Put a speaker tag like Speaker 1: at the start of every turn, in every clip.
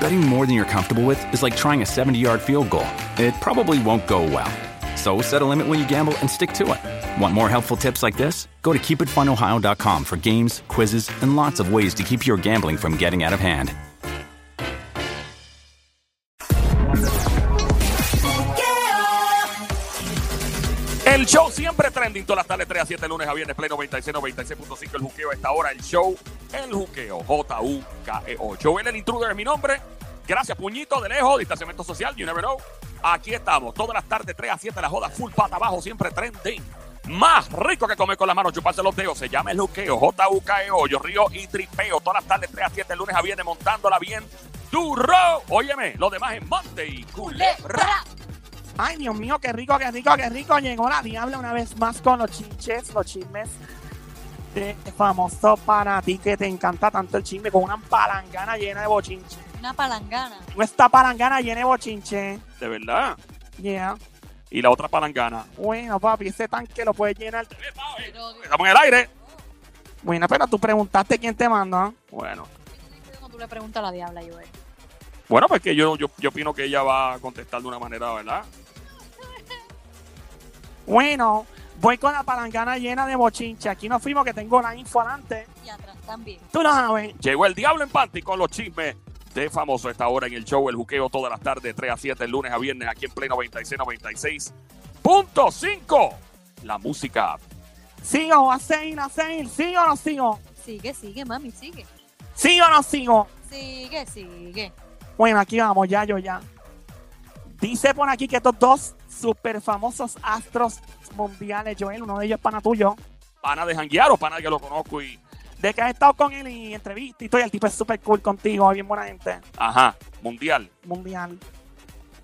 Speaker 1: Betting more than you're comfortable with is like trying a 70 yard field goal. It probably won't go well. So set a limit when you gamble and stick to it. Want more helpful tips like this? Go to keepitfunohio.com for games, quizzes, and lots of ways to keep your gambling from getting out of hand.
Speaker 2: El show siempre trending todas las tardes 3 a 7 lunes a viernes Play 96, 96.5 El Juqueo a esta hora, el show El Juqueo, J-U-K-E-O Joel el Intruder es mi nombre Gracias Puñito, de lejos, distanciamiento social, you never know Aquí estamos, todas las tardes 3 a 7 La joda full pata abajo, siempre trending Más rico que comer con las manos, chuparse los dedos Se llama El Juqueo, J-U-K-E-O E Yo río y tripeo, todas las tardes 3 a 7 Lunes a viernes, montándola bien duro Óyeme, lo demás es Monday Culebra
Speaker 3: Ay, Dios mío, qué rico, qué rico, qué rico. Llegó la diabla una vez más con los chinches, los chismes de este famoso para ti que te encanta tanto el chisme con una palangana llena de bochinche.
Speaker 4: Una palangana.
Speaker 3: Esta palangana llena de bochinche.
Speaker 2: De verdad
Speaker 3: Yeah.
Speaker 2: Y la otra palangana
Speaker 3: Bueno, papi, ese tanque lo puedes llenar.
Speaker 2: Estamos en el aire
Speaker 3: Bueno, pero tú preguntaste quién te manda.
Speaker 2: Bueno
Speaker 4: Cuando tú le preguntas a la diabla, Joel.
Speaker 2: Bueno, pues que yo, yo, yo opino que ella va a contestar de una manera, ¿verdad?
Speaker 3: Bueno, voy con la palangana llena de bochinche. Aquí nos fuimos que tengo la info adelante.
Speaker 4: Y atrás también.
Speaker 3: Tú lo sabes.
Speaker 2: Llegó el diablo en panty con los chismes de famoso esta hora en el show El Juqueo todas las tardes, 3 a 7, el lunes a viernes, aquí en Play 96, 96.5. La música.
Speaker 3: ¿Sigo a seguir, a seguir? ¿Sigo o no sigo?
Speaker 4: Sigue, sigue, mami, sigue.
Speaker 3: ¿Sigo o no sigo?
Speaker 4: Sigue, sigue.
Speaker 3: Bueno, aquí vamos, ya, yo, ya. Dice por aquí que estos dos super famosos astros mundiales, Joel, uno de ellos es pana tuyo,
Speaker 2: ¿Pana de janguear o pana que lo conozco y.
Speaker 3: de que has estado con él y entrevista y todo, y el tipo es super cool contigo, es bien buena gente,
Speaker 2: Ajá, mundial,
Speaker 3: mundial.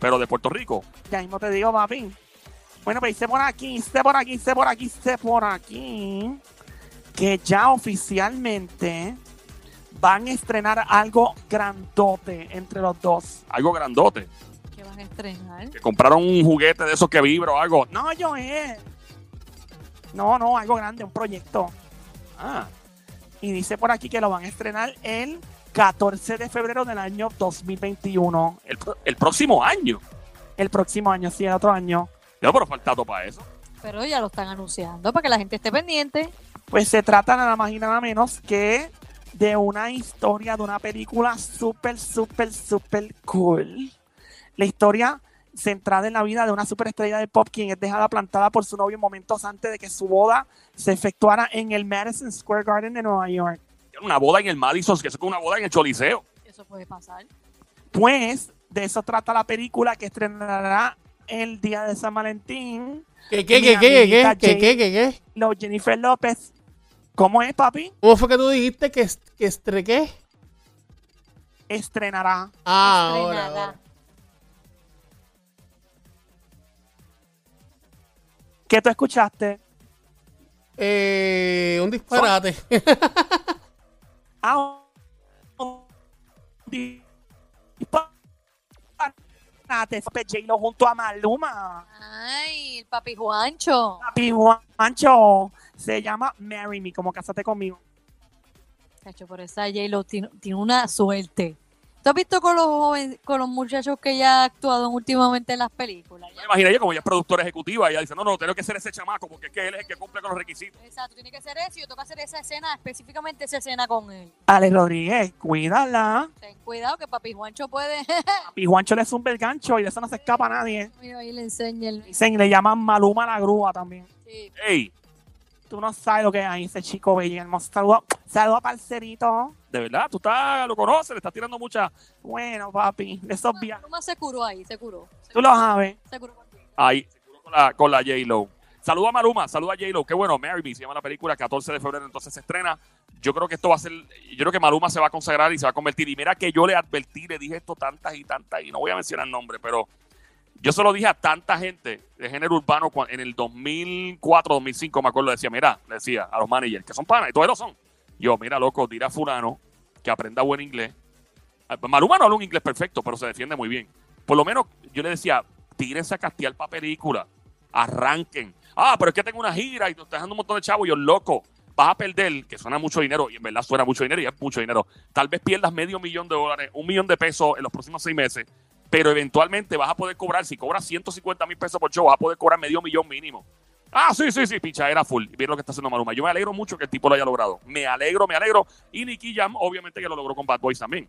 Speaker 2: pero de Puerto Rico.
Speaker 3: Ya mismo te digo, papi. Bueno, pues dice por aquí, dice por aquí, dice por aquí, dice por aquí, que ya oficialmente van a estrenar algo grandote entre los dos.
Speaker 2: Algo grandote.
Speaker 4: ¿Qué vas a estrenar?
Speaker 2: Que compraron un juguete de esos que vibra o algo.
Speaker 3: No, Joel. No, no, algo grande, un proyecto.
Speaker 2: Ah,
Speaker 3: Y dice por aquí que lo van a estrenar el 14 de febrero del año 2021.
Speaker 2: el, pro- el próximo año.
Speaker 3: El próximo año, sí, el otro año.
Speaker 2: Ya, pero faltado para eso.
Speaker 4: Pero ya lo están anunciando para que la gente esté pendiente.
Speaker 3: Pues se trata nada más y nada menos que de una historia, de una película súper, súper, súper cool. La historia centrada en la vida de una superestrella de pop quien es dejada plantada por su novio momentos antes de que su boda se efectuara en el Madison Square Garden de Nueva York.
Speaker 2: Una boda en el Madison, que eso es una boda en el Choliseo.
Speaker 4: Eso puede pasar.
Speaker 3: Pues de eso trata la película que estrenará el día de San Valentín.
Speaker 5: ¿Qué, qué,
Speaker 3: Mi
Speaker 5: qué, qué, qué,
Speaker 3: amiguita
Speaker 5: qué,
Speaker 3: Jade.
Speaker 5: qué, qué, qué?
Speaker 3: Lo Jennifer López. ¿Cómo es, papi?
Speaker 5: ¿Cómo fue que tú dijiste que, est- que estrequé?
Speaker 3: Estrenará.
Speaker 5: Ah, ahora,
Speaker 4: Estrenada.
Speaker 5: ahora.
Speaker 3: ¿Qué tú escuchaste?
Speaker 5: Eh, un disparate.
Speaker 3: Ah, un disparate. Fue J-Lo junto a Maluma.
Speaker 4: Ay, el papi Juancho.
Speaker 3: Papi Juancho. Se llama Marry Me, como casate conmigo.
Speaker 4: Cacho, por esa J-Lo tiene, tiene una suerte. ¿Tú has visto con los joven- con los muchachos que ya actuado últimamente en las películas?
Speaker 2: Me imagino ella como ella es productora ejecutiva, ella dice, no, no, tengo que ser ese chamaco porque es que él es el que cumple con los requisitos.
Speaker 4: Exacto, tiene que ser eso. y Yo tengo que hacer esa escena, específicamente esa escena con él.
Speaker 3: Ale Rodríguez, cuídala.
Speaker 4: Ten cuidado que papi Juancho puede.
Speaker 3: Papi Juancho le zumba el gancho y de eso no se escapa a nadie.
Speaker 4: Mira, ahí le enseña el.
Speaker 3: Dicen, le llaman Maluma la grúa también.
Speaker 4: Sí,
Speaker 2: Ey,
Speaker 3: Tú no sabes lo que hay ese chico bello. hermoso. Saludos, saludos, parcerito.
Speaker 2: de verdad, tú estás, lo conoces, le estás tirando mucha...
Speaker 3: Bueno, papi, de esos viajes.
Speaker 4: Maluma se curó ahí, se curó. Se,
Speaker 3: Tú lo sabes.
Speaker 4: se curó contigo.
Speaker 2: Ahí, seguro con la, con la J-Lo. Saluda a Maluma, saluda a J-Lo. Qué bueno, Mary Me se llama la película, 14 de febrero entonces se estrena. yo creo que esto va a ser, yo creo que Maluma se va a consagrar y se va a convertir. Y mira que yo le advertí, le dije esto tantas y tantas, y no voy a mencionar nombres, pero yo se lo dije a tanta gente de género urbano cua- en el 2004, 2005, me acuerdo, decía, mira, le decía a los managers, que son panas, y todos lo son. Yo, mira, loco, dirá fulano que aprenda buen inglés. Ah, Maluma no habla un inglés perfecto, pero se defiende muy bien. Por lo menos yo le decía, tírense a castear para película, arranquen. Ah, pero es que tengo una gira y te estás dejando un montón de chavo y yo, loco, vas a perder, que suena mucho dinero, y en verdad suena mucho dinero y es mucho dinero. Tal vez pierdas medio millón de dólares, un millón de pesos en los próximos seis meses, pero eventualmente vas a poder cobrar, si cobras 150 mil pesos por show, vas a poder cobrar medio millón mínimo. Ah, sí, sí, sí, era full. Mira lo que está haciendo Maluma. Yo me alegro mucho que el tipo lo haya logrado. Me alegro, me alegro. Y Nicky Jam, obviamente, que lo logró con Bad Boys también.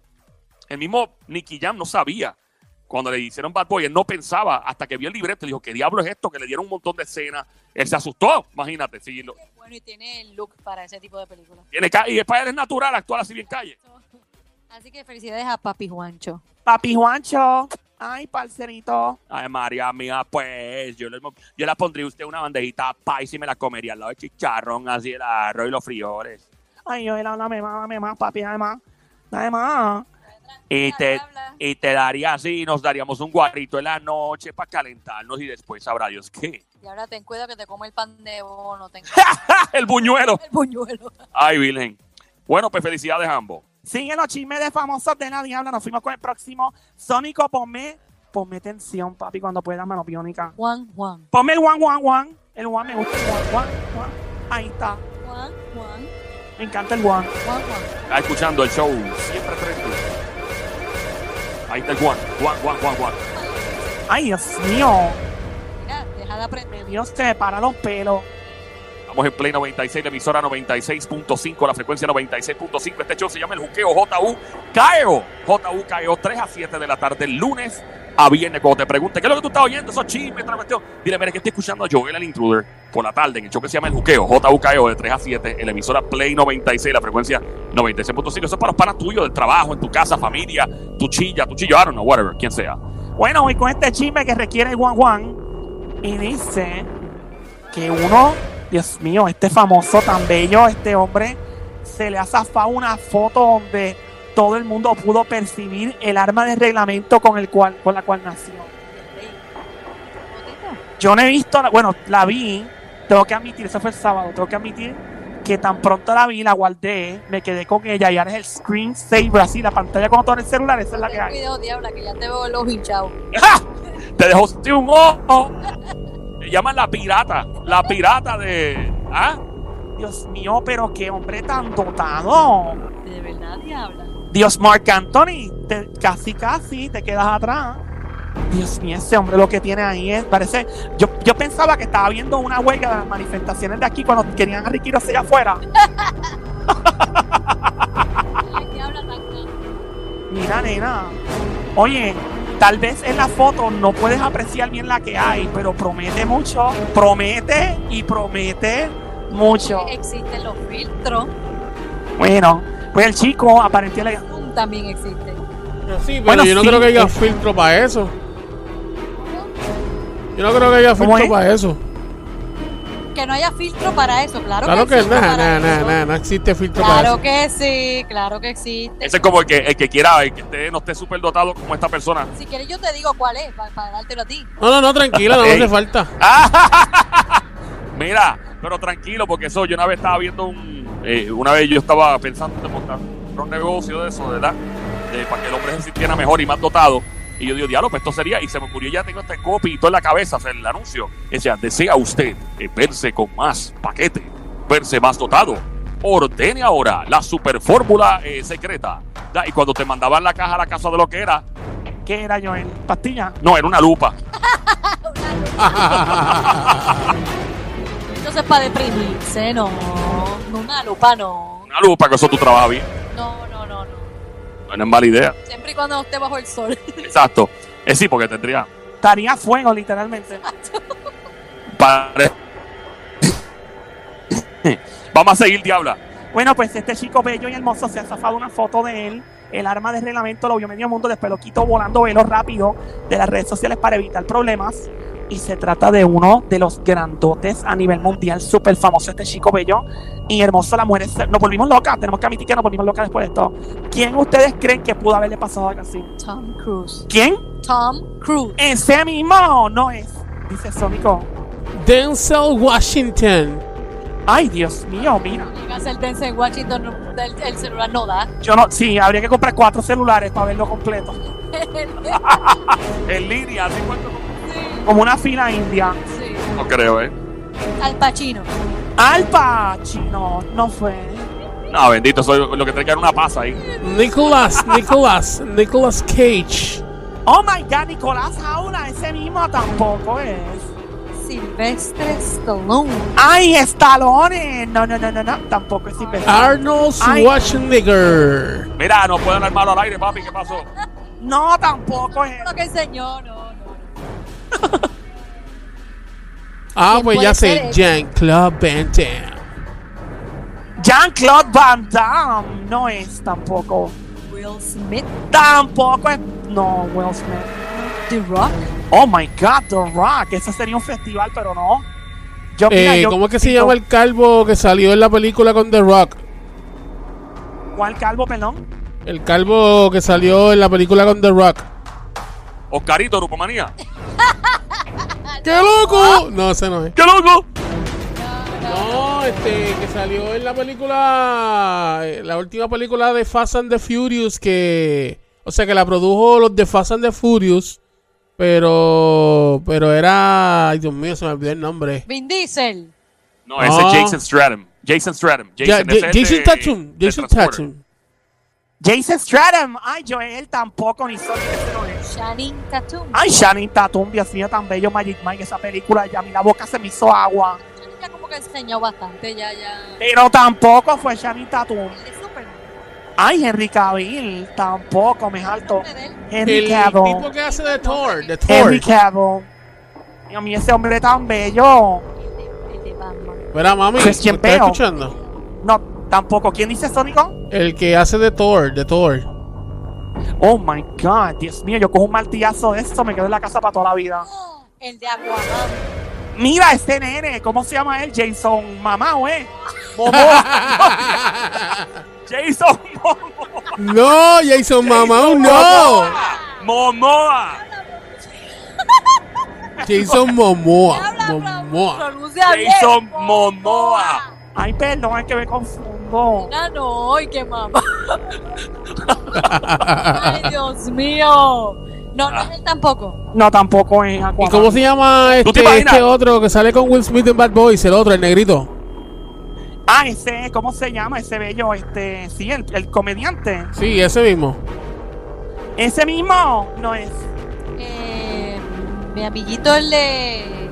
Speaker 2: El mismo Nicky Jam no sabía. Cuando le hicieron Bad Boy, él no pensaba hasta que vio el libreto y dijo, ¿qué diablo es esto? Que le dieron un montón de escenas. Él se asustó, imagínate. Sí, lo-
Speaker 4: Bueno, y tiene el look para ese tipo de películas.
Speaker 2: tiene ca- y es para él es natural actuar así bien calle.
Speaker 4: Así que felicidades a Papi Juancho.
Speaker 3: Papi Juancho. Ay, parcerito.
Speaker 2: Ay, María mía, pues yo, le- yo la pondría a usted una bandejita paisa y me la comería al lado del chicharrón, así el arroz y los frijoles.
Speaker 3: Ay, yo, dame más, dame más, papi, dame más. Dame más.
Speaker 2: Y te,
Speaker 4: Habla.
Speaker 2: y te daría así, nos daríamos un guarrito en la noche para calentarnos y después sabrá Dios qué.
Speaker 4: Y ahora ten cuidado que te come el pan de bono, ten
Speaker 2: el buñuelo.
Speaker 4: el buñuelo.
Speaker 2: Ay, Virgen. Bueno, pues felicidades a ambos.
Speaker 3: Siguen los chismes de famosos de la diabla. Nos fuimos con el próximo. Sónico, ponme, ponme tensión, papi, cuando puedas, mano biónica.
Speaker 4: Juan, Juan.
Speaker 3: Ponme el one, one, one. El one me gusta. el One, one, one. Ahí está.
Speaker 4: Juan, Juan,
Speaker 3: Me encanta el one.
Speaker 4: Juan, Juan.
Speaker 2: Está escuchando el show. Siempre atento. Ahí está el Juan. Juan, Juan, Juan, Juan.
Speaker 3: Ay, Dios mío.
Speaker 4: Mira, deja de aprender.
Speaker 3: Dios se me para los pelos.
Speaker 2: Estamos en Play 96, la emisora 96.5, la frecuencia 96.5. Este show se llama El Juqueo JUKEO. JUKEO, 3 a 7 de la tarde, lunes a viernes. Cuando te pregunte, ¿qué es lo que tú estás oyendo? Esos chismes, otra cuestión. Dile, mira, que estoy escuchando a Joel el Intruder por la tarde en el show que se llama El Juqueo JUKEO, de 3 a 7, en la emisora Play 96, la frecuencia 96.5. Eso es para los panas tuyos, del trabajo, en tu casa, familia, tu chilla, tu chillo, I don't know, whatever, quien sea.
Speaker 3: Bueno, voy con este chisme que requiere el Juan Juan. Y dice que uno, Dios mío, este famoso tan bello, este hombre, se le ha zafado una foto donde todo el mundo pudo percibir el arma de reglamento con, el cual, con la cual nació. Yo no he visto, la- bueno, la vi, tengo que admitir, eso fue el sábado, tengo que admitir que tan pronto la vi, la guardé, me quedé con ella y ahora es el screensaver, así, la pantalla cuando todo en el celular, esa es la que
Speaker 4: Ten
Speaker 3: hay.
Speaker 4: cuidado, diabla, que ya te veo el ojo hinchado.
Speaker 2: ¡Ja! Te dejó sin un ojo. Le llaman la pirata. La pirata de. ¿Ah?
Speaker 3: Dios mío, pero qué hombre tan dotado.
Speaker 4: De verdad, diabla.
Speaker 3: Dios, Mark Anthony, te- casi casi te quedas atrás. Dios mío, ese hombre lo que tiene ahí es, parece, yo, yo pensaba que estaba viendo una huelga de las manifestaciones de aquí cuando querían a Ricky hacia afuera.
Speaker 4: Ay, diabla, tan grande.
Speaker 3: Mira, nena, oye, tal vez en la foto no puedes apreciar bien la que hay, pero promete mucho, promete y promete mucho.
Speaker 4: Existen los filtros.
Speaker 3: Bueno, pues el chico aparentemente
Speaker 4: Zoom también existe.
Speaker 5: Sí, pero
Speaker 3: Bueno,
Speaker 5: yo no
Speaker 3: sí,
Speaker 5: creo que haya
Speaker 3: es-
Speaker 5: filtro para eso. Yo no creo que haya
Speaker 3: ¿Cómo
Speaker 5: filtro
Speaker 3: es?
Speaker 5: para eso.
Speaker 4: Que no haya filtro para eso, claro,
Speaker 5: Claro que
Speaker 4: existe
Speaker 5: nada,
Speaker 4: para
Speaker 5: nada,
Speaker 4: eso.
Speaker 5: nada, nada, no existe filtro para eso.
Speaker 4: Claro que sí, claro que existe.
Speaker 2: Ese es como el que, el que quiera, el que esté- no esté súper dotado como esta persona.
Speaker 4: Si quieres yo te digo cuál es, para, para dártelo a ti.
Speaker 5: No, no, no, tranquila, no
Speaker 2: Ey.
Speaker 5: hace falta.
Speaker 3: Ah.
Speaker 2: Mira, pero tranquilo, porque eso yo una vez estaba viendo un. eh, una vez yo estaba pensando en montar un negocio de eso, ¿verdad? De- para que el hombre se sintiera mejor y más dotado. Y yo digo, diablo, pues esto sería. Y se me ocurrió, ya tengo este copy y todo en la cabeza, o sea, el anuncio. O sea, desea usted eh, verse con más paquete, verse más dotado. Ordene ahora la super fórmula eh, secreta. Da, Y cuando te mandaban la caja a la casa de lo que era,
Speaker 3: ¿Qué era Joel? ¿Pastilla?
Speaker 2: no, era una lupa.
Speaker 4: Entonces para deprimirse, no, no una lupa, no.
Speaker 2: Una lupa, que eso tú trabajas bien.
Speaker 4: No, no, no, no.
Speaker 2: No es mala idea.
Speaker 4: Siempre y cuando esté bajo el sol.
Speaker 2: Exacto. Es sí, porque tendría.
Speaker 3: Estaría a fuego, literalmente.
Speaker 2: Pare- Vamos a seguir, Diabla.
Speaker 3: Bueno, pues este chico bello y hermoso se ha zafado una foto de él. El arma de reglamento lo vio medio mundo, después lo quitó volando velo rápido de las redes sociales para evitar problemas. y se trata de uno de los grandotes a nivel mundial, súper famoso, este chico bello y hermoso. Las mujeres se- nos volvimos locas, tenemos que admitir que nos volvimos locas después de esto. ¿Quién ustedes creen que pudo haberle pasado a Cassim?
Speaker 4: Tom Cruise.
Speaker 3: ¿Quién?
Speaker 4: Tom Cruise.
Speaker 3: Ese mismo no es, dice Sónico.
Speaker 5: Denzel Washington.
Speaker 3: Ay, Dios mío, mira.
Speaker 4: Llega el Denzel en Washington, no- el, el celular no da.
Speaker 3: Yo no, sí, habría que comprar cuatro celulares para verlo completo.
Speaker 2: En línea, así cuánto.
Speaker 3: Como una fila india.
Speaker 4: Sí.
Speaker 2: No creo, ¿eh?
Speaker 4: Al Pacino.
Speaker 3: Alpa, chino, no fue.
Speaker 2: No, bendito, soy lo que tengo que era una pasa ahí.
Speaker 5: Nicolas, Nicolas, Nicolas Cage.
Speaker 3: Oh my god, Nicolás Jaula, ese mismo tampoco es.
Speaker 4: Silvestre Stallone.
Speaker 3: ¡Ay, Stallone! No, no, no, no, no, tampoco es imbécil.
Speaker 5: Arnold
Speaker 3: Ay.
Speaker 5: Schwarzenegger.
Speaker 2: Mira, no pueden armar al aire, papi, ¿qué pasó?
Speaker 3: No, tampoco es.
Speaker 4: Lo que enseñó, no, no.
Speaker 5: Ah,
Speaker 4: ¿Quién
Speaker 5: pues
Speaker 4: puede
Speaker 5: ya
Speaker 4: ser
Speaker 5: sé,
Speaker 4: ese?
Speaker 5: Jean-Claude Van Damme.
Speaker 3: Jean-Claude Van Damme no es tampoco.
Speaker 4: Will Smith.
Speaker 3: Tampoco es. No, Will Smith.
Speaker 4: The Rock.
Speaker 3: Oh my god, The Rock. Eso sería un festival, pero no. Yo, mira,
Speaker 5: Eh,
Speaker 3: yo-
Speaker 5: ¿Cómo es que se llama el calvo que salió en la película con The Rock?
Speaker 3: ¿Cuál calvo, perdón?
Speaker 5: El calvo que salió en la película con The Rock.
Speaker 2: Oscarito, Rupomanía.
Speaker 5: ¡Qué loco! No, ese no es.
Speaker 2: ¡Qué loco!
Speaker 5: No, este, que salió en la película, eh, la última película de Fast and the Furious, que, o sea, que la produjo los de Fast and the Furious, pero, pero era, ay Dios mío, se me olvidó el nombre.
Speaker 4: Vin Diesel.
Speaker 2: No, ese
Speaker 5: Ah.
Speaker 2: es Jason Stratham. Jason Stratham.
Speaker 5: Ya,
Speaker 2: Jason,
Speaker 5: Ja-
Speaker 2: ese es
Speaker 5: Jason
Speaker 2: de-
Speaker 5: Tatum,
Speaker 2: de
Speaker 5: Jason
Speaker 2: Transporter.
Speaker 5: Tatum.
Speaker 3: Jason Stratham. Ay, Joel tampoco, ni Sonic, ese no es.
Speaker 4: Channing Tatum.
Speaker 3: Ay, Shannon Tatum, Dios mío, tan bello Magic Mike, esa película. Ya mi la boca se me hizo agua.
Speaker 4: Channing ya como que enseñó bastante, ya, ya.
Speaker 3: Pero tampoco fue Shannon Tatum.
Speaker 4: El de Superman.
Speaker 3: Ay, Henry Cavill, tampoco, me salto.
Speaker 4: de él.
Speaker 3: Henry
Speaker 5: El tipo
Speaker 3: Cavill.
Speaker 5: que hace de Thor, de Thor.
Speaker 3: Henry Cavill. Dios mío, ese hombre tan bello.
Speaker 4: El de, el de Batman.
Speaker 5: Verá, mami, ¿me estás
Speaker 3: Christian Bale.
Speaker 5: escuchando?
Speaker 3: No, tampoco. ¿Quién dice Sónico?
Speaker 5: El que hace de Thor, de Thor.
Speaker 3: Oh my god, Dios mío, yo cojo un martillazo de esto, me quedo en la casa para toda la vida.
Speaker 4: El de Aquaman.
Speaker 3: Mira este nene, ¿cómo se llama él? Jason Mamá, eh. Momoa. Jason Momoa.
Speaker 5: no, Jason Mamau, no.
Speaker 2: Momoa.
Speaker 5: Jason Momoa,
Speaker 4: Habla, habla,
Speaker 5: Momoa.
Speaker 4: Pronuncia bien.
Speaker 2: Jason Momoa.
Speaker 3: Ay, perdón, es que me confundo.
Speaker 4: Ah, no, ay, qué mamá. Ay, Dios mío. No, no es él tampoco.
Speaker 3: No, tampoco es
Speaker 5: ¿Y
Speaker 3: Aquaman.
Speaker 5: cómo se llama
Speaker 2: ¿Tú te
Speaker 5: este,
Speaker 2: imaginas?
Speaker 5: este otro que sale con Will Smith en Bad Boys? El otro, el negrito.
Speaker 3: Ah, ese, ¿cómo se llama ese bello? Este, sí, el, el comediante.
Speaker 5: Sí, ese mismo.
Speaker 3: Ese mismo no es.
Speaker 4: Eh, mi amiguito el de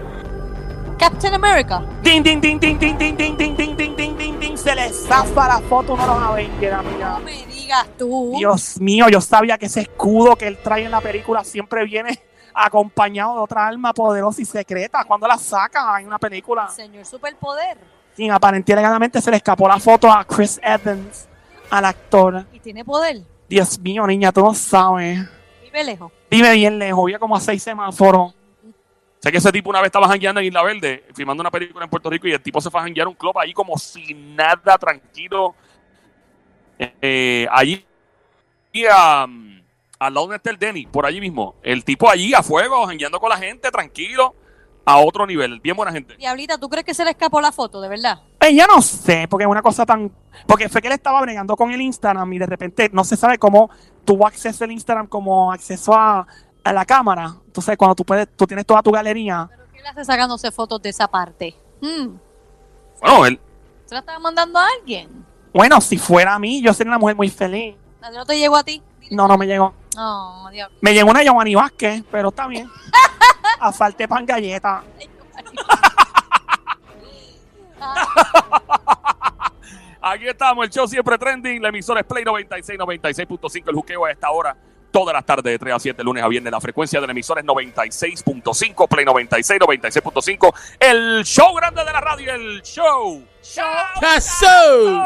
Speaker 4: Captain America.
Speaker 3: Ding, ding, ding, ding, ding, ding, ding, ding, ding, ding, ding, ding, ding. Se les zafa la foto, no los Avengers,
Speaker 4: No
Speaker 3: amiga.
Speaker 4: me digas tú.
Speaker 3: Dios mío, yo sabía que ese escudo que él trae en la película siempre viene acompañado de otra arma poderosa y secreta. Cuando la saca en una película,
Speaker 4: Señor superpoder.
Speaker 3: sin aparentemente se le escapó la foto a Chris Evans, al actor.
Speaker 4: Y tiene poder.
Speaker 3: Dios mío, niña, tú no sabes.
Speaker 4: Vive lejos.
Speaker 3: Vive bien lejos, vive como a seis semáforos.
Speaker 2: Sé que ese tipo una vez estaba jangueando en Isla Verde, filmando una película en Puerto Rico, y el tipo se fue a janguear un club ahí como sin nada, tranquilo. Eh, allí, y a, al lado donde está el Denny, por allí mismo. El tipo allí a fuego, jangueando con la gente, tranquilo, a otro nivel. Bien buena gente.
Speaker 4: Diablita, ¿tú crees que se le escapó la foto, de verdad?
Speaker 3: Eh, ya no sé, porque es una cosa tan. Porque fue que él estaba bregando con el Instagram y de repente no se sabe cómo tuvo acceso el Instagram como acceso a, a la cámara. Entonces, cuando tú puedes, tú tienes toda tu galería.
Speaker 4: ¿Pero qué le hace sacándose fotos de esa parte? Hmm,
Speaker 2: Bueno, él,
Speaker 4: ¿Se la estaba mandando a alguien?
Speaker 3: Bueno, si fuera a mí, yo sería una mujer muy feliz.
Speaker 4: ¿A ti ¿No te llegó a ti?
Speaker 3: No, no me llegó.
Speaker 4: No, diablo.
Speaker 3: Me llegó una Giovanni Vázquez, pero está bien. Afalte pan galleta.
Speaker 2: Aquí estamos, el show siempre trending, la emisora es Play 96, 96.5, el juqueo a esta hora, todas las tardes de 3 a 7, lunes a viernes, la frecuencia de la emisora es 96.5, Play 96, 96.5, el show grande de la radio, el show.
Speaker 5: ¡Caso!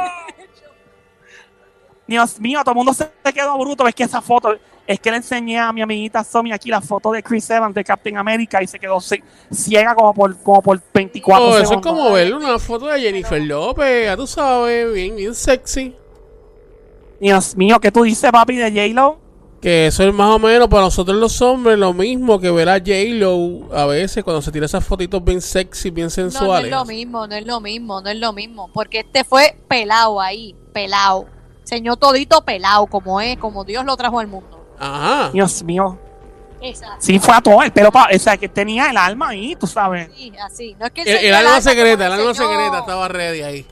Speaker 3: Dios mío, todo el mundo se quedó bruto. Es que esa foto, Es que le enseñé a mi amiguita Somi aquí la foto de Chris Evans de Captain America y se quedó ci- ciega como por, como por 24
Speaker 5: Oh,
Speaker 3: segundos.
Speaker 5: eso es como ver una foto de Jennifer López, ya tú sabes, bien, bien sexy.
Speaker 3: Dios mío, ¿qué tú dices, papi, de J-Lo?
Speaker 5: Que eso es más o menos para nosotros los hombres lo mismo que ver a J-Lo a veces cuando se tira esas fotitos bien sexy, bien
Speaker 4: No, no es
Speaker 5: sensuales.
Speaker 4: lo mismo, no es lo mismo, no es lo mismo. Porque este fue pelado ahí, pelado. Señor todito pelado, como es, como Dios lo trajo al mundo.
Speaker 5: Ajá.
Speaker 3: Dios mío.
Speaker 4: Exacto.
Speaker 3: Sí, fue a todo el pelo, pa- o sea, que tenía el alma ahí, tú sabes.
Speaker 4: Sí, así. No es que
Speaker 5: El, el
Speaker 4: señor
Speaker 5: alma
Speaker 4: anda como
Speaker 5: secreta, el
Speaker 4: el
Speaker 5: alma
Speaker 4: señor.
Speaker 5: secreta estaba ready ahí.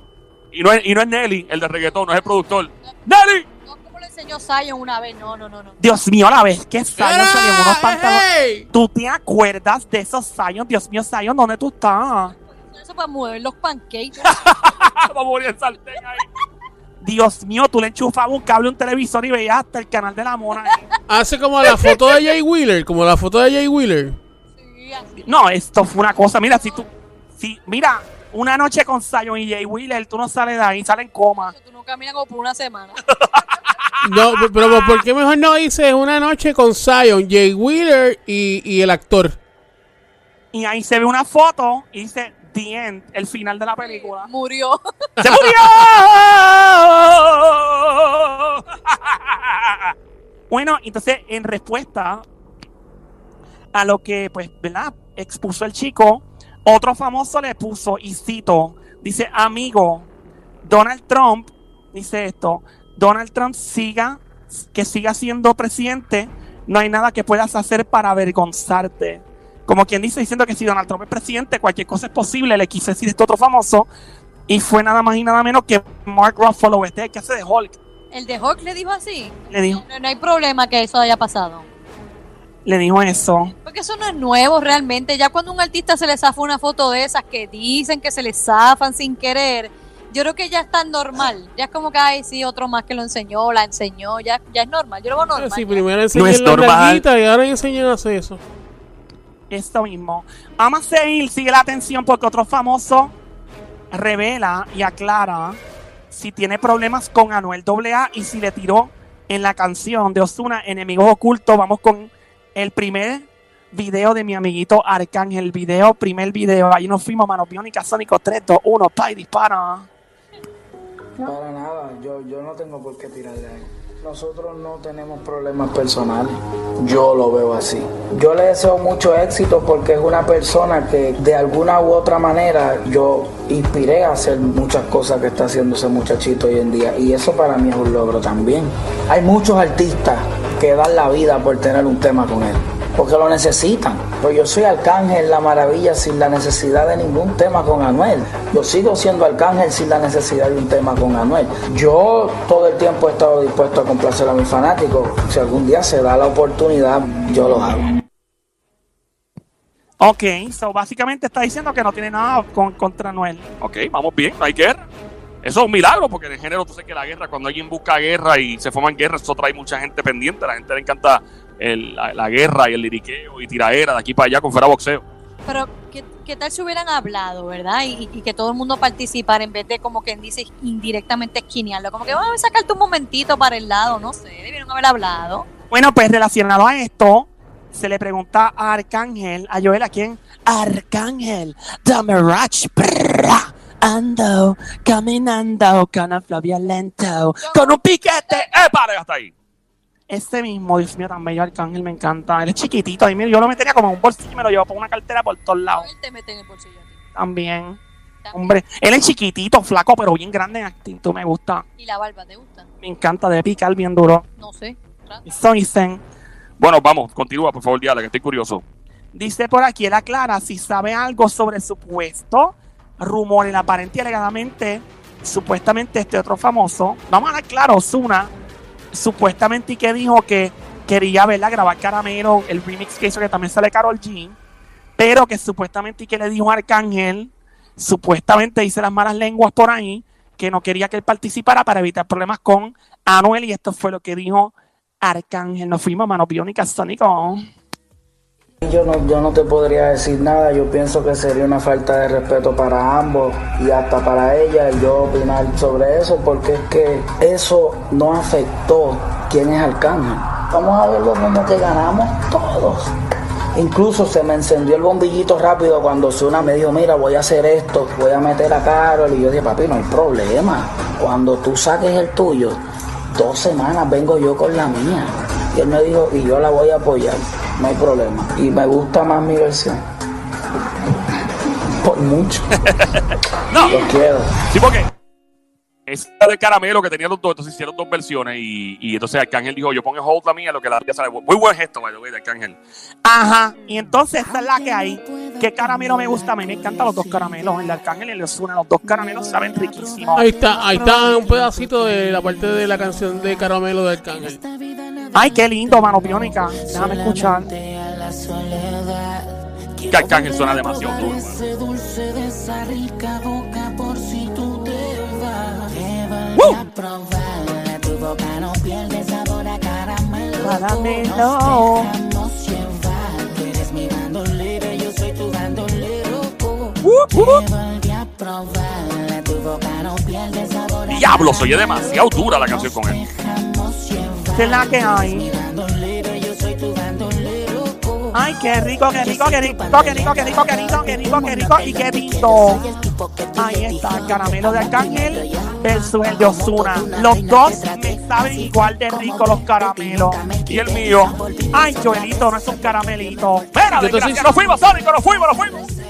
Speaker 2: Y no, es, y no es Nelly, el de reggaetón, no es el productor. ¡Nelly!
Speaker 4: No como le enseñó Zion una vez, no, no, no, no.
Speaker 3: Dios mío, la vez que Zion se llevó unos
Speaker 5: ¡Ah,
Speaker 3: pantalones.
Speaker 5: hey!
Speaker 3: ¿Tú te acuerdas de esos Zion? Dios mío, Zion, ¿dónde tú estás?
Speaker 4: Eso para mover los pancakes.
Speaker 2: Vamos a morir el sartén ahí.
Speaker 3: Dios mío, tú le enchufabas un cable a un televisor y veías hasta el canal de la mona. ahí.
Speaker 5: Hace como la foto de Jay Wheeler, como la foto de Jay Wheeler.
Speaker 4: Sí, así.
Speaker 3: No, esto fue una cosa. Mira, si tú. Si, mira, una noche con Zion y Jay Wheeler, tú no sales de ahí, sales en coma.
Speaker 4: Tú no caminas como por una semana.
Speaker 5: No, pero, pero ¿por qué mejor no dices una noche con Zion, Jay Wheeler y, y el actor?
Speaker 3: Y ahí se ve una foto y dice The End, el final de la película.
Speaker 4: Murió.
Speaker 3: ¡Se murió! bueno, entonces, en respuesta a lo que, pues, ¿verdad? Expuso el chico, otro famoso le puso, y cito, dice, amigo, Donald Trump, dice esto, Donald Trump siga, que siga siendo presidente, no hay nada que puedas hacer para avergonzarte. Como quien dice, diciendo que si Donald Trump es presidente, cualquier cosa es posible, le quise decir esto a otro famoso, y fue nada más y nada menos que Mark Ruffalo, este es el que hace de Hulk,
Speaker 4: El de Hulk le dijo así.
Speaker 3: le dijo,
Speaker 4: No, no hay problema que eso haya pasado.
Speaker 3: le dijo eso.
Speaker 4: Porque eso no es nuevo realmente. Ya cuando a un artista se le zafa una foto de esas que dicen que se le zafan sin querer, yo creo que ya está normal. Ya es como que, ay, sí, otro más que lo enseñó, la enseñó, ya, ya es normal. Yo lo veo normal.
Speaker 5: Si
Speaker 4: ya.
Speaker 5: primero
Speaker 2: No es
Speaker 5: enseñan la
Speaker 2: normal.
Speaker 5: nalguita y ahora enseñan a hacer eso.
Speaker 3: Esto mismo. Ama seguir, sigue la atención porque otro famoso revela y aclara si tiene problemas con Anuel AA y si le tiró en la canción de Osuna, Enemigos Ocultos. Vamos con el primer video de mi amiguito Arcángel. Video, primer video. Ahí nos fuimos, Manos Biónicas, Sónico 3, 2, 1, pa y dispara.
Speaker 6: Para nada, yo, yo no tengo por qué tirarle a él. Nosotros no tenemos problemas personales. Yo lo veo así. Yo le deseo mucho éxito porque es una persona que de alguna u otra manera yo inspiré a hacer muchas cosas que está haciendo ese muchachito hoy en día. Y eso para mí es un logro también. Hay muchos artistas que dan la vida por tener un tema con él. Porque lo necesitan. Pues yo soy Arcángel La Maravilla sin la necesidad de ningún tema con Anuel. Yo sigo siendo Arcángel sin la necesidad de un tema con Anuel. Yo todo el tiempo he estado dispuesto a complacer a mis fanáticos. Si algún día se da la oportunidad, yo lo hago.
Speaker 3: Ok, so básicamente está diciendo que no tiene nada con, contra Noel.
Speaker 2: Ok, vamos bien, no hay guerra. Eso es un milagro, porque en el género tú sabes que la guerra, cuando alguien busca guerra y se forman guerras, eso trae mucha gente pendiente. A la gente le encanta el- la, la guerra y el liriqueo y tiraera de aquí para allá con fuera boxeo.
Speaker 4: Pero, ¿qué, qué tal si hubieran hablado, verdad? Y, y que todo el mundo participara en vez de, como quien dice, indirectamente esquinearlo. Como que, vamos a sacarte un momentito para el lado, no sé, debieron haber hablado.
Speaker 3: Bueno, pues relacionado a esto, se le pregunta a Arcángel, a Joel, ¿a quién? Arcángel, The Mirage, brrra, ando, caminando, con aflo violento, con un piquete.
Speaker 2: ¡Eh, pare, hasta ahí!
Speaker 3: Ese mismo, Dios mío, tan bello Arcángel, me encanta. Él es chiquitito, y mira, yo lo metería como en un bolsillo y me lo llevo por una cartera por todos lados.
Speaker 4: Él te mete en el bolsillo a ti.
Speaker 3: También,
Speaker 4: También.
Speaker 3: hombre, él es chiquitito, flaco, pero bien grande en actitud, me gusta.
Speaker 4: ¿Y la barba te gusta?
Speaker 3: Me encanta de picar bien duro.
Speaker 4: No sé. raro.
Speaker 3: Eso dicen.
Speaker 2: Bueno, vamos, continúa, por favor, Diala, que estoy curioso.
Speaker 3: Dice por aquí, él aclara si sabe algo sobre el supuesto rumor en aparente y alegadamente, supuestamente este otro famoso, vamos a dar claro, Osuna, supuestamente y que dijo que quería verla grabar Caramelo, el remix que hizo que también sale Carol G, pero que supuestamente y que le dijo a Arcángel, supuestamente dice las malas lenguas por ahí, que no quería que él participara para evitar problemas con Anuel y esto fue lo que dijo Arcángel. Nos fuimos, mano biónica, Sónico.
Speaker 6: Yo no, yo no te podría decir nada, yo pienso que sería una falta de respeto para ambos y hasta para ella el yo opinar sobre eso, porque es que eso no afectó quién es Arcángel. Vamos a verlo como que ganamos todos. Incluso se me encendió el bombillito rápido cuando Zuna me dijo, mira, voy a hacer esto, voy a meter a Carol. Y yo dije, papi, no hay problema. Cuando tú saques el tuyo, dos semanas vengo yo con la mía. Y él me dijo, y yo la voy a apoyar, no hay problema. Y me gusta más mi versión. Por mucho.
Speaker 2: No.
Speaker 6: Los quiero.
Speaker 2: Sí, porque esa de caramelo que tenía los dos, entonces hicieron dos versiones y, y entonces Arcángel dijo, yo pongo hold la mía, lo que la ya sale. Muy buen gesto, by the way, de Arcángel.
Speaker 3: Ajá, y entonces esta es la que hay. ¿Qué caramelo me gusta? A mí me encantan los dos caramelos. El de Arcángel y el de Ozuna, los dos caramelos saben riquísimos.
Speaker 5: Ahí está, ahí está un pedacito de la parte de la canción de Caramelo de Arcángel.
Speaker 3: Ay, qué lindo, mano biónica. Déjame escuchar.
Speaker 2: Que Arcángel suena demasiado duro. hermano.
Speaker 3: Caramelo.
Speaker 2: Diablo, se oye demasiado dura la canción con él.
Speaker 3: Esta es la que hay. Ay, qué rico, qué rico, qué rico, qué rico, qué rico, qué rico, qué rico, qué rico y qué lindo. Ahí está el caramelo de Arcángel versus el de Osuna. Los dos me saben igual de rico los caramelos.
Speaker 2: Y el mío.
Speaker 3: Ay, Joelito, no es un caramelito. Mira,
Speaker 2: Entonces-
Speaker 3: desgracia, nos fuimos, Sónico, nos fuimos, nos fuimos.